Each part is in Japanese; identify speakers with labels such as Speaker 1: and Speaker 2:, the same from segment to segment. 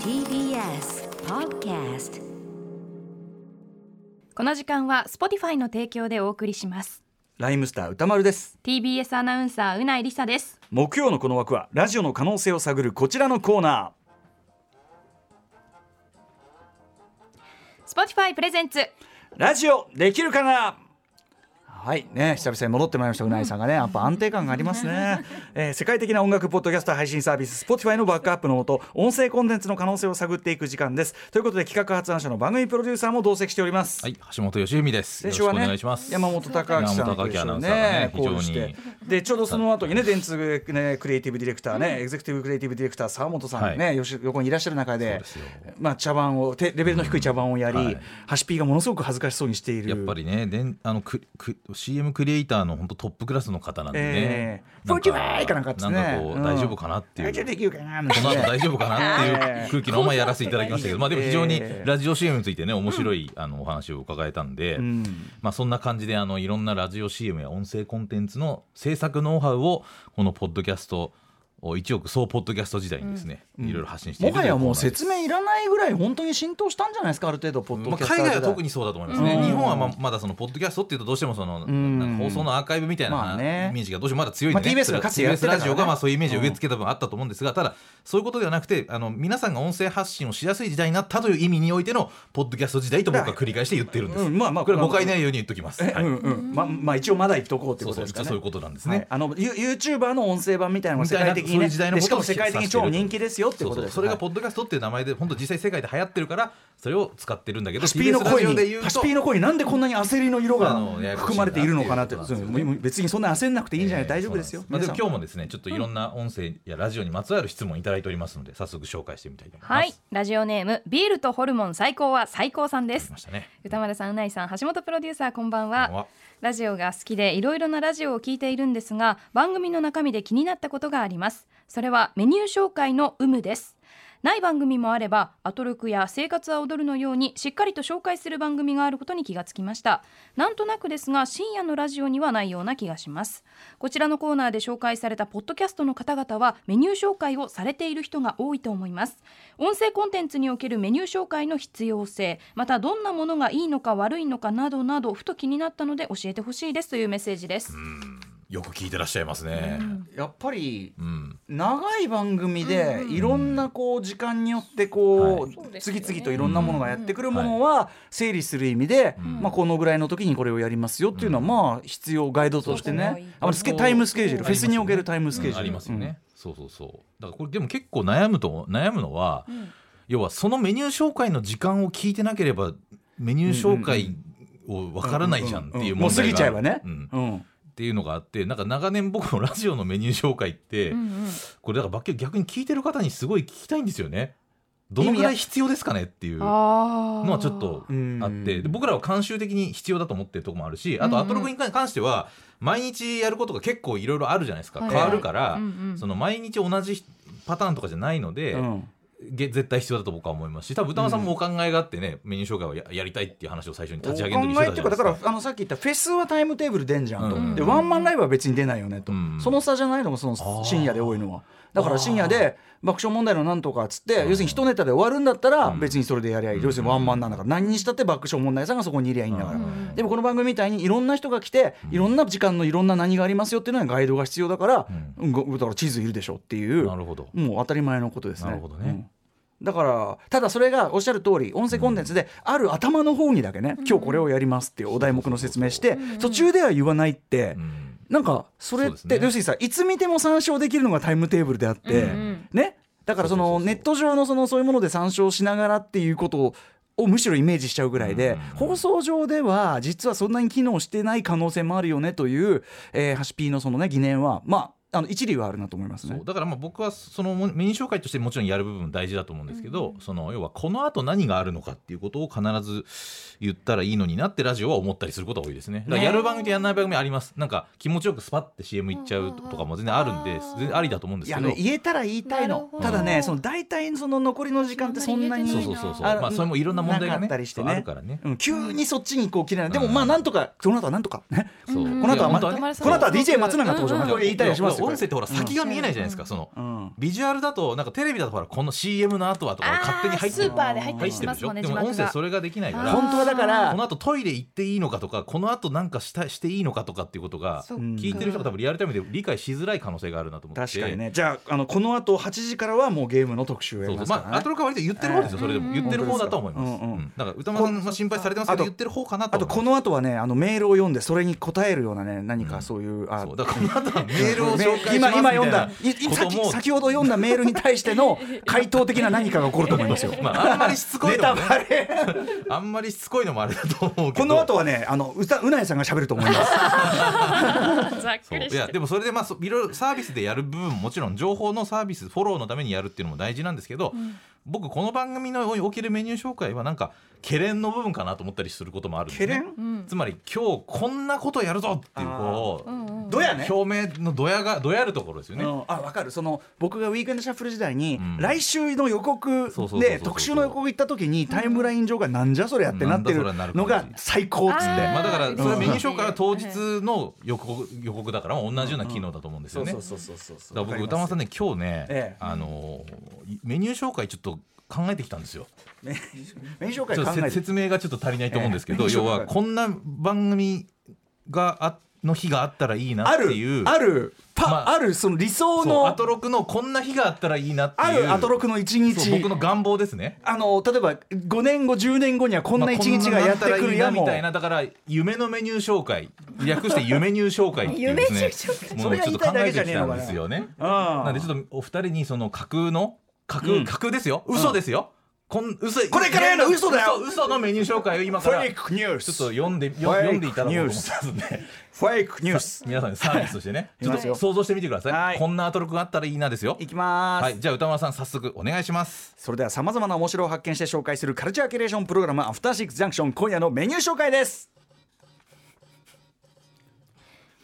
Speaker 1: TBS Podcast
Speaker 2: この時間は Spotify の提供でお送りします
Speaker 3: ライムスター歌丸です
Speaker 2: TBS アナウンサーうないりさです
Speaker 3: 木曜のこの枠はラジオの可能性を探るこちらのコーナ
Speaker 2: Spotify プレゼンツ
Speaker 3: ーラジオできるかなはいね久々に戻ってまいりましたうないさんがねやっぱ安定感がありますね、 えー世界的な音楽ポッドキャスト配信サービス Spotify のバックアップのもと音声コンテンツの可能性を探っていく時間ですということで企画発案者の番組プロデューサーも同席しております、
Speaker 4: はい、橋本良文です。
Speaker 3: 先週は
Speaker 4: よろしくお願
Speaker 3: ね
Speaker 4: いします。
Speaker 3: 山本隆明さんと一緒
Speaker 4: 山本
Speaker 3: に
Speaker 4: 貴
Speaker 3: ね
Speaker 4: 明アナウンサーがね
Speaker 3: 交流し
Speaker 4: 非常
Speaker 3: て
Speaker 4: に
Speaker 3: でちょうどその後にね電通、ね、クリエイティブディレクターね、エグゼクティブクリエイティブディレクター沢本さんがね、
Speaker 4: は
Speaker 3: よし横にいらっしゃる中で
Speaker 4: そうですよ
Speaker 3: まあ、茶番をてレベルの低い茶番をやり、
Speaker 4: うんはい
Speaker 3: ハシピーがものすごく恥ずかしそうにしている。
Speaker 4: やっぱりね、でんあのくく CM クリエイターの本当トップクラスの方なんで
Speaker 3: え
Speaker 4: ね。
Speaker 3: ーフォーキュワイかなんかっつ
Speaker 4: な
Speaker 3: っ
Speaker 4: ん
Speaker 3: てね
Speaker 4: かこう
Speaker 3: うん
Speaker 4: 大丈夫かなっていう。
Speaker 3: 大丈夫できるかななん
Speaker 4: こ
Speaker 3: て
Speaker 4: の後
Speaker 3: ね
Speaker 4: 大丈夫か なっていう空気のままやらせていただきましたけど、まあでも非常に
Speaker 3: えー
Speaker 4: ラジオ CM についてね、面白いあのお話を伺えたんで、
Speaker 3: うん
Speaker 4: まあそんな感じであのいろんなラジオ CM や音声コンテンツの制作ノウハウをこのポッドキャストを一億総ポッドキャスト時代にですね、いろいろ発信してい
Speaker 3: も
Speaker 4: ると
Speaker 3: はいや
Speaker 4: コーナ
Speaker 3: も
Speaker 4: ー
Speaker 3: う
Speaker 4: です
Speaker 3: 説明いらないぐらい本当に浸透したんじゃないですかある程度ポッ
Speaker 4: ま
Speaker 3: ド
Speaker 4: あ、
Speaker 3: キャスター
Speaker 4: 海外は
Speaker 3: 世代
Speaker 4: 特にそうだと思いますね、
Speaker 3: うん
Speaker 4: 日本はまあまだそのポッドキャストっていうとどうしてもその、
Speaker 3: ん
Speaker 4: なんか放送のアーカイブみたいな、
Speaker 3: まあね
Speaker 4: イメージがどうしてもまだ強いんで、ね
Speaker 3: まあ TBS がかつてやってたからね
Speaker 4: TBS ラジオがまあそういうイメージを植え付けた分あったと思うんですが、ただそういうことではなくてあの皆さんが音声発信をしやすい時代になったという意味においてのポッドキャスト時代と僕は繰り返して言ってるんです、
Speaker 3: うんまあまあ
Speaker 4: これ誤解ないように言っときます、
Speaker 3: え
Speaker 4: はい
Speaker 3: うんうんままあ一応まだ言っとこうって
Speaker 4: そ
Speaker 3: こと
Speaker 4: うそう
Speaker 3: ですかね
Speaker 4: そういうことなんです
Speaker 3: は
Speaker 4: ね
Speaker 3: い、あのユユーチューバーの音声版みたいなのが世界的に、
Speaker 4: みた
Speaker 3: ね、
Speaker 4: いなそういう時代の
Speaker 3: で
Speaker 4: こ
Speaker 3: し
Speaker 4: と
Speaker 3: か
Speaker 4: を
Speaker 3: も世界的に超人気ですよって
Speaker 4: そう
Speaker 3: こと
Speaker 4: そ
Speaker 3: で
Speaker 4: う
Speaker 3: す
Speaker 4: それが
Speaker 3: はい
Speaker 4: ポッドキャストっていう名前で本当実際世界で流行ってるからそれを使ってるんだけど
Speaker 3: ハシピーの
Speaker 4: TBS ラ
Speaker 3: 声
Speaker 4: ジオで言
Speaker 3: に
Speaker 4: うと
Speaker 3: ハシピーの声になんでこんなに焦りの色が
Speaker 4: あのややこしいな
Speaker 3: 含まれているのかなって
Speaker 4: っていうことなんですよね
Speaker 3: そうもう別にそんな焦んなくていいんじゃない、大丈夫ですよ、
Speaker 4: まあ、でも
Speaker 3: 皆さ
Speaker 4: 今
Speaker 3: ん
Speaker 4: 日もですねちょっといろんな音声やラジオにまつわる質問いただいておりますので、早速紹介してみたいと思います。
Speaker 2: はいラジオネームビールとホルモン最高は最高さんで
Speaker 4: 来
Speaker 2: す
Speaker 4: ましたね。
Speaker 2: 歌丸さんうないさん橋本プロデューサーこんばん
Speaker 4: こんばん
Speaker 2: は
Speaker 4: は
Speaker 2: ラジオが好きでいろいろなラジオを聞いているんですが番組の中身で気になったことがありますそれはメニュー紹介の有無ですない番組もあればアトロクや生活は踊るのようにしっかりと紹介する番組があることに気がつきましたなんとなくですが深夜のラジオにはないような気がしますこちらのコーナーで紹介されたポッドキャストの方々はメニュー紹介をされている人が多いと思います音声コンテンツにおけるメニュー紹介の必要性またどんなものがいいのか悪いのかなどなどふと気になったので教えてほしいですというメッセージです、
Speaker 4: よく聞いてらっしゃいますね。
Speaker 3: やっぱり
Speaker 4: うん。
Speaker 3: 長い番組でいろんなこう時間によってこ
Speaker 4: はいう
Speaker 3: う
Speaker 2: ですよ
Speaker 3: 次
Speaker 2: ね
Speaker 3: 々といろんなものがやってくるものは整理する意味でまあこのぐらいの時にこれをやりますよっていうのはまあ必要ガイドとして
Speaker 2: そう
Speaker 3: ねあのスケタイムスケジュールフェスにおけるタイムスケジュール
Speaker 4: ありますよね。そうそうそう。だからこれでも結構悩むと悩むのは、要はそのメニュー紹介の時間を聞いてなければメニュー紹介をわからないじゃんっていう
Speaker 3: もう
Speaker 4: 問
Speaker 3: 過
Speaker 4: 題
Speaker 3: ぎ
Speaker 4: が
Speaker 3: ちゃ
Speaker 4: あ
Speaker 3: え
Speaker 4: る
Speaker 3: ばね
Speaker 4: う。ん
Speaker 3: うん
Speaker 4: っていうのがあってなんか長年僕もラジオのメニュー紹介って、これだから逆に聞いてる方にすごい聞きたいんですよねどのぐらい必要ですかねっていうの
Speaker 2: あ
Speaker 4: はちょっと
Speaker 3: うん
Speaker 4: あってで僕らは慣習的に必要だと思ってるところもあるしあとアトロクに関しては毎日やることが結構いろいろあるじゃないですか
Speaker 2: はい
Speaker 4: 変わるから
Speaker 2: うんうん
Speaker 4: その毎日同じパターンとかじゃないので。
Speaker 3: うん
Speaker 4: げ絶対必要だと僕は思いますし多分歌丸さんもお考えがあってね、メニュー紹介をややりたいっていう話を最初に
Speaker 3: お
Speaker 4: 立
Speaker 3: 考え
Speaker 4: ち上げの時にしてた
Speaker 3: っ
Speaker 4: じ
Speaker 3: てい
Speaker 4: ゃ
Speaker 3: う
Speaker 4: な
Speaker 3: かだ
Speaker 4: いです
Speaker 3: から
Speaker 4: か。
Speaker 3: あのさっき言ったフェスはタイムテーブル出んじゃんと、
Speaker 4: うん
Speaker 3: でワンマンライブは別に出ないよねと、
Speaker 4: うん
Speaker 3: その差じゃないのがその深夜で多いのはだから深夜で爆笑問題のなんとかっつって要するに一ネタで終わるんだったら別にそれでやりゃいい、要するにワンマンなんだから何にしたって爆笑問題さんがそこにいりゃいいんだから、でもこの番組みたいにいろんな人が来ていろんな時間のいろんな何がありますよっていうのはガイドが必要だから、うんごだから地図いるでしょっていう
Speaker 4: なるほど
Speaker 3: もう当たり前のことですね。
Speaker 4: なるほどね
Speaker 3: うんだからただそれがおっしゃる通り音声コンテンツである頭の方にだけね、今日これをやりますっていうお題目の説明して、途中では言わないって、
Speaker 4: うん
Speaker 3: なんかそれっ
Speaker 4: そう
Speaker 3: て、
Speaker 4: ですね
Speaker 3: 要するにさいつ見ても参照できるのがタイムテーブルであって、ねだからそのネット上のそのそういうもので参照しながらっていうことををむしろイメージしちゃうぐらいで、放送上では実はそんなに機能してない可能性もあるよねという、えー、ハシピーのそのね疑念はまああの一理はあるなと思います
Speaker 4: そ
Speaker 3: ね
Speaker 4: う。だからまあ僕はそのメニュー紹介としてもちろんやる部分大事だと思うんですけど、その要はこの後何があるのかっていうことを必ず言ったらいいのになってラジオは思ったりすることが多いですねだからやる番組とやらない番組ありますなんか気持ちよくスパッて CM いっちゃうとかも全然あるんで全然ありだと思うんで
Speaker 3: い
Speaker 4: す
Speaker 3: や
Speaker 4: け
Speaker 3: あの
Speaker 4: ど
Speaker 3: 言えたら言いたい
Speaker 1: なる
Speaker 3: の
Speaker 1: ほど
Speaker 3: ただねその大体その残りの時間ってそんなに
Speaker 4: そうそうそうそう
Speaker 3: あ
Speaker 4: まあそれもいろんな問題が
Speaker 3: か
Speaker 4: ね
Speaker 3: ったりして
Speaker 4: そうあ
Speaker 3: ね
Speaker 4: るからね、
Speaker 3: うん急にそっちにこう切れないでもまあなんとかその後はなんとかね
Speaker 4: そう
Speaker 3: この後はま
Speaker 4: いや本当
Speaker 3: こ
Speaker 4: ね
Speaker 3: の後は DJ 松永登場
Speaker 4: いや
Speaker 3: これ言いたいりはしますよ
Speaker 4: 音声ってほら先が見えないじゃないですか、その
Speaker 3: うん
Speaker 4: ビジュアルだとなんかテレビだとほらこの CM の後はとか勝手に入って
Speaker 2: あースーパーで入った
Speaker 4: 入
Speaker 2: り
Speaker 4: っ
Speaker 2: して
Speaker 4: る
Speaker 2: ま
Speaker 4: ですしょ
Speaker 2: もんね
Speaker 4: で
Speaker 2: 字
Speaker 4: も
Speaker 2: 幕
Speaker 4: 音声
Speaker 2: が
Speaker 4: それができないか
Speaker 2: あー
Speaker 4: ら
Speaker 3: 本当はだか
Speaker 4: こ
Speaker 3: ら
Speaker 4: の後トイレ行っていいのかとかこの後なんかしたしていいのかとかっていうことが
Speaker 2: そう
Speaker 4: 聞いてる人が多分リアルタイムで理解しづらい可能性があるなと思って
Speaker 3: 確かにねじゃああのこの後8時からはもうゲームの特集をや
Speaker 4: そ
Speaker 3: り
Speaker 4: うそ
Speaker 3: ま
Speaker 4: う
Speaker 3: すから
Speaker 4: まあ、ア
Speaker 3: ね
Speaker 4: トロックは割と言ってる方ですよ、それでも、
Speaker 2: うん
Speaker 4: 言ってる方だと思います。
Speaker 3: うんうん
Speaker 4: うんだから、歌丸さんも心配されてますけ
Speaker 3: あと
Speaker 4: ど、言ってる方かなと
Speaker 3: あと
Speaker 4: 思います。
Speaker 3: この後はねあのメールを読んでそれに答えるようなね何かそういう、あ
Speaker 4: そうだから、この後はメールを紹介しますみ
Speaker 3: 今
Speaker 4: たい
Speaker 3: 今
Speaker 4: な
Speaker 3: 読んだいい
Speaker 4: こと
Speaker 3: 先
Speaker 4: も。
Speaker 3: 先ほど読んだメールに対しての回答的な何かが起こると思いますよ。
Speaker 4: まあ、あんまりしつこい
Speaker 3: ネ
Speaker 4: の
Speaker 3: タ
Speaker 4: も、ね、
Speaker 3: バレ
Speaker 4: あんまりしつこいのもあれだと思うけ
Speaker 3: こ
Speaker 4: ど
Speaker 3: の後はねあのうたうなえさんが喋ると思い ます。
Speaker 2: ざっ
Speaker 4: そ
Speaker 2: く
Speaker 4: う
Speaker 2: り
Speaker 4: い
Speaker 2: し
Speaker 4: や
Speaker 2: て
Speaker 4: でもそれでまあそいろいろサービスでやる部分もちろん情報のサービスフォローのためにやるっていうのも大事なんですけど、僕この番組のおけるメニュー紹介はなんかけれんの部分かなと思ったりすることもあるんです、ね、
Speaker 3: けれん
Speaker 2: うん
Speaker 4: つまり今日こんなことやるぞっていうこう、
Speaker 2: うんうん
Speaker 3: どやね。
Speaker 4: 表明のドヤがドヤるところですよ
Speaker 3: う
Speaker 4: ね。
Speaker 3: ん、あ分かるその僕がウィークエンドシャッフル時代に、
Speaker 4: ん
Speaker 3: 来週の予告
Speaker 4: そうそうそうそうそ
Speaker 3: で
Speaker 4: う
Speaker 3: 特集の予告行った時にタイムライン上がなんじゃそれやってなってる
Speaker 4: なんだそれはなる
Speaker 3: のが
Speaker 4: 感じ
Speaker 3: 最高っつって、
Speaker 2: あー
Speaker 4: まあだからそれはメニュー
Speaker 2: そう
Speaker 4: 紹介は当日の予告予告だからまあ同じような機能だと思うんですよね。だか
Speaker 3: そうそうそう
Speaker 4: ら僕歌丸さんね今日ね、
Speaker 3: ええ
Speaker 4: あのーメニュー紹介ちょっと考えてきたんですよ。
Speaker 3: メニュー紹介
Speaker 4: ちょっ
Speaker 3: 考
Speaker 4: とせ
Speaker 3: えて
Speaker 4: 説明がちょっと足りないと思うんですけ
Speaker 3: え
Speaker 4: ど、
Speaker 3: え
Speaker 4: 要はこんな番組があの日があったらいいな
Speaker 3: あ
Speaker 4: って
Speaker 3: る
Speaker 4: いう
Speaker 3: あるパ、
Speaker 4: まあ
Speaker 3: あるその理想
Speaker 4: そう
Speaker 3: の
Speaker 4: アトロクのこんな日があったらいいなって
Speaker 3: あ
Speaker 4: いう
Speaker 3: るアトロクの一日
Speaker 4: そう僕の願望ですね。
Speaker 3: あの例えば5年後10年後にはこんな一日がやってくるや
Speaker 4: まあこんなのあったらいいなみ
Speaker 3: も
Speaker 4: たいなだから夢のメニュー紹介略して夢ニュー紹介っていうですねも
Speaker 3: そ
Speaker 4: の
Speaker 3: れ
Speaker 4: を
Speaker 3: が
Speaker 4: ちょ
Speaker 3: 言
Speaker 4: っ
Speaker 3: い
Speaker 4: と
Speaker 3: たい
Speaker 4: 考
Speaker 3: だけ
Speaker 4: え
Speaker 3: じゃ
Speaker 4: て
Speaker 3: ね
Speaker 4: き
Speaker 3: えの
Speaker 4: た
Speaker 3: か
Speaker 4: ん
Speaker 3: な
Speaker 4: ですよね。
Speaker 3: ああ
Speaker 4: なんでちょっとお二人にその架空の架空、
Speaker 3: うん
Speaker 4: 架空ですよ嘘ですよ、こん嘘
Speaker 3: これからやるの嘘だよ
Speaker 4: 嘘嘘のメニュー紹介を今
Speaker 3: フ
Speaker 4: から
Speaker 3: ェイクニュー
Speaker 4: ちょっ
Speaker 3: ス
Speaker 4: と読んでよ
Speaker 3: フェイク
Speaker 4: 読んでいただこうと思ってますんで
Speaker 3: フェイクニュース
Speaker 4: 皆さんにサービスとして ね
Speaker 3: い
Speaker 4: ちょ
Speaker 3: いき
Speaker 4: っ
Speaker 3: ますよ
Speaker 4: と想像してみてください、
Speaker 3: はい
Speaker 4: こんなアトロクがあったらいいなですよ
Speaker 3: いきます、
Speaker 4: はいじゃあ歌丸さん早速お願いします
Speaker 3: それではさまざまな面白を発見して紹介するカルチャーキュレーションプログラム「アフターシックスジャンクション」今夜のメニュー紹介です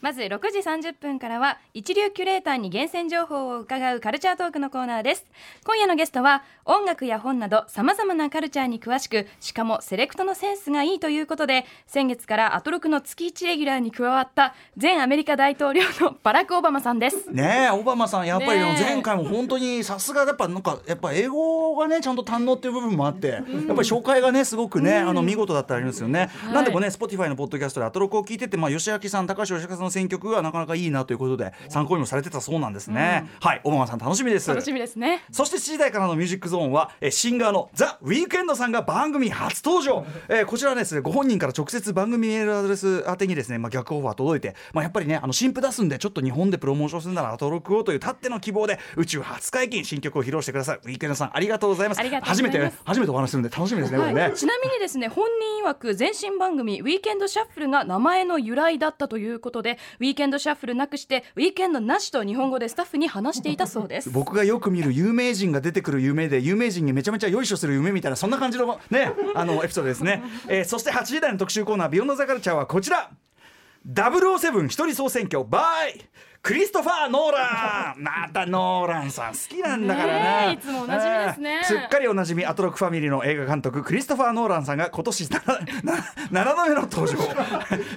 Speaker 2: まず6時30分からは一流キュレーターに厳選情報を伺うカルチャートークのコーナーです今夜のゲストは音楽や本などさまざまなカルチャーに詳しくしかもセレクトのセンスがいいということで先月からアトロクの月1レギュラーに加わった前アメリカ大統領のバラク・オバマさんです
Speaker 3: ねえオバマさんやっぱり
Speaker 2: ねえ
Speaker 3: 前回も本当にさすがやっぱなんかやっぱ英語がねちゃんと堪能っていう部分もあって、やっぱり紹介がねすごくね、あの見事だったりですよね、
Speaker 2: い
Speaker 3: なんでもね Spotify のポッドキャストでアトロクを聞いててまあ吉明さん高橋吉明さんの選曲がなかなかいいなということで参考にもされてたそうなんですね、はいオバマさん楽しみです
Speaker 2: 楽しみですね
Speaker 3: そして7時台からのミュージックゾーンは、えーシンガーのザ・ウィークエンドさんが番組初登場、えーこちらはですねご本人から直接番組メールアドレス宛てにですね、まあ、逆オファー届いて、まあ、やっぱりねあの新譜出すんでちょっと日本でプロモーションするなら登録をというたっての希望で宇宙初解禁新曲を披露してくださいウィークエンドさんありがとうございます
Speaker 2: ありがとうございます
Speaker 3: 初めて初めてお話しするんで楽しみですね、これ
Speaker 2: は
Speaker 3: ね
Speaker 2: い、ちなみにですね本人曰く前身番組「ウィーケンドシャッフル」が名前の由来だったということでウィーケンドシャッフルなくしてウィーケンドなしと日本語でスタッフに話していたそうです
Speaker 3: 僕がよく見る有名人が出てくる夢で有名人にめちゃめちゃよいしょする夢みたいなそんな感じのねあのエピソードですね、えーそして8時台の特集コーナー「ビヨンドザカルチャーはこちら007一人総選挙 by クリストファー・ノーランまたノーランさん好きなんだからな、
Speaker 2: ねえいつもおなじみですね
Speaker 3: えーすっかりおなじみアトロックファミリーの映画監督クリストファー・ノーランさんが今年 7, 度目の登場、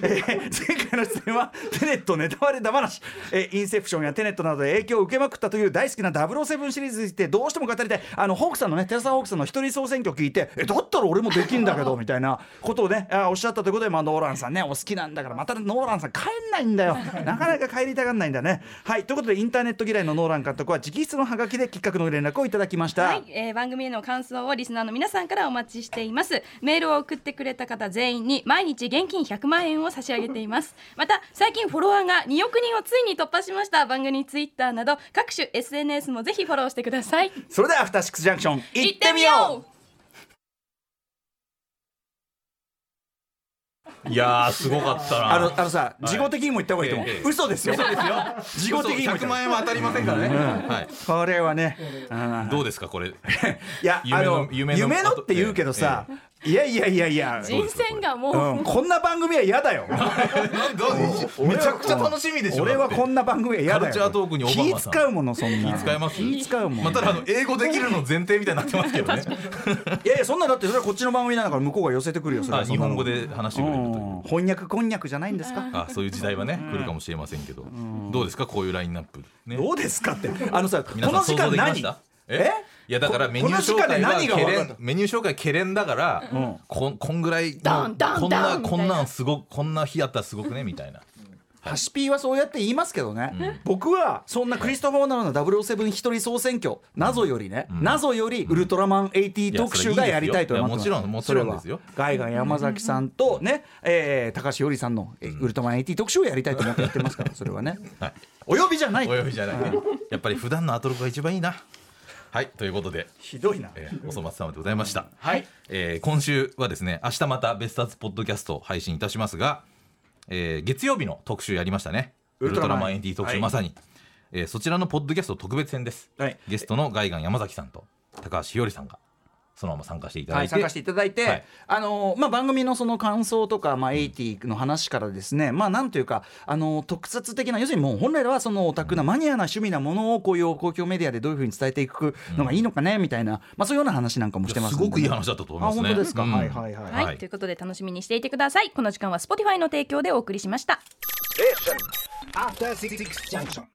Speaker 3: えー前回の出演はテネットネタバレだ話、えーインセプションやテネットなどで影響を受けまくったという大好きな007シリーズについてどうしても語りたいあのホークさんのねテラサ・ホークさんの一人総選挙聞いてえだったら俺もできんだけど みたいなことをねあーおっしゃったということで、まあ、ノーランさんねお好きなんだからまたノーランさん帰んないんだよ なかなか帰りたがんないんだねはいということでインターネット嫌いのノーラン監督は直筆のハガキで企画の連絡をいただきました、
Speaker 2: はい、えー番組への感想をリスナーの皆さんからお待ちしていますメールを送ってくれた方全員に毎日現金100万円を差し上げていますまた最近フォロワーが2億人をついに突破しました番組ツイッターなど各種 SNS もぜひフォローしてください
Speaker 3: それではアフターシックスジャンクション行ってみよ
Speaker 4: いやーすごかった
Speaker 3: う
Speaker 4: な
Speaker 3: あのあのさ、事後的にも言った方がいいと思う、
Speaker 4: ええええ
Speaker 3: 嘘ですよ
Speaker 4: そうですよ
Speaker 3: 事後的にも言っ
Speaker 4: 100
Speaker 3: た方が
Speaker 4: 万
Speaker 3: いい
Speaker 4: 円は当たりませんからね、はい
Speaker 3: これはね、うん
Speaker 4: どうですかこれ
Speaker 3: いやあ
Speaker 4: 夢の
Speaker 3: の夢
Speaker 4: 夢
Speaker 3: の
Speaker 4: の
Speaker 3: って言うけどさ、いやいやいやいや、
Speaker 2: 人選がもう、
Speaker 3: うん、こんな番組は嫌だよ
Speaker 4: めちゃくちゃ楽しみでしょ
Speaker 3: 俺は
Speaker 4: だって
Speaker 3: こんな番組は嫌だよ
Speaker 4: カルチャートークにオバマさん
Speaker 3: 気使うものそんな
Speaker 4: 気使います
Speaker 3: 気使うもん、
Speaker 4: まあただあの英語できるの前提みたいになってますけ どね
Speaker 3: いやいやそんなだってそれはこっちの番組なんだから向こうが寄せてくるよそれ
Speaker 4: あ
Speaker 3: はそ
Speaker 4: 日
Speaker 3: んなの
Speaker 4: 本語で話してくれるという
Speaker 3: うん翻訳こんにゃくじゃないんですか
Speaker 4: あそういう時代はね来るかもしれませんけどどうですかこういうラインナップね
Speaker 3: どうですかってあのさこ
Speaker 4: 皆さ
Speaker 3: の
Speaker 4: ん
Speaker 3: 時
Speaker 4: 想像
Speaker 3: 間
Speaker 4: できま
Speaker 3: 何
Speaker 4: した
Speaker 3: え
Speaker 4: いやだから
Speaker 3: こ
Speaker 4: メニュー紹介
Speaker 3: こ
Speaker 4: は
Speaker 3: の時間で何
Speaker 4: け
Speaker 3: が分
Speaker 4: れ
Speaker 3: かっ
Speaker 4: ん
Speaker 3: た
Speaker 4: メニュー紹介けれんだから、
Speaker 3: ん
Speaker 4: こんこんぐらい
Speaker 2: ダンダン
Speaker 4: こん
Speaker 2: ダンみた
Speaker 4: な
Speaker 2: いな
Speaker 4: こんなんすごくこんな日あったらすごくねみた いな
Speaker 3: ハシピーはそうやって言いますけどね、僕はそんなクリストファー・ノーランの007一人総選挙謎よりね、謎よりウルトラマン80特集がやりたいと思ってます
Speaker 4: いやそれいいですよいやもちろんもちろんですよ
Speaker 3: それはガイガン山崎さんとね、えー高橋よりさんのえウルトラマン80特集をやりたいと思ってやってますからそれはね、
Speaker 4: はい
Speaker 3: お呼びじゃない
Speaker 4: お呼びじゃないねやっぱり普段のアトロクが一番いいなはいということで、
Speaker 3: ひどいな
Speaker 4: えーおそ松様でございました、
Speaker 3: はい
Speaker 4: えー今週はですね明日また別冊ポッドキャストを配信いたしますが、えー月曜日の特集やりましたねウ
Speaker 3: ウ
Speaker 4: ル
Speaker 3: ル
Speaker 4: ト
Speaker 3: ト
Speaker 4: ラ
Speaker 3: ラ
Speaker 4: マ
Speaker 3: マ
Speaker 4: ン
Speaker 3: ン
Speaker 4: エンティ特集、
Speaker 3: はい
Speaker 4: まさに、えーそちらのポッドキャスト特別編です、
Speaker 3: はい
Speaker 4: ゲストのガイガン山崎さんと高橋ひよりさんがそのまま参加していただ
Speaker 3: はいい、
Speaker 4: て、
Speaker 3: 参加していただいて、
Speaker 4: はい
Speaker 3: あのまあ、番組のその感想とか、まあ、80の話からですね、まあ、なんというかあの特撮的な要するにもう本来はそのオタクなマニアな趣味なものをこういう公共メディアでどういうふうに伝えていくのがいいのかねみたいな、まあ、そういうような話なんかもしてますん
Speaker 4: す
Speaker 3: でね
Speaker 4: ごくいい話だったと思いますね。
Speaker 3: あ本当ですか、
Speaker 4: うん
Speaker 3: はいはいはい、
Speaker 2: はい、
Speaker 4: はい
Speaker 2: ということで楽しみにしていてくださいこの時間は Spotify の提供でお送りしました
Speaker 5: After Six Junction.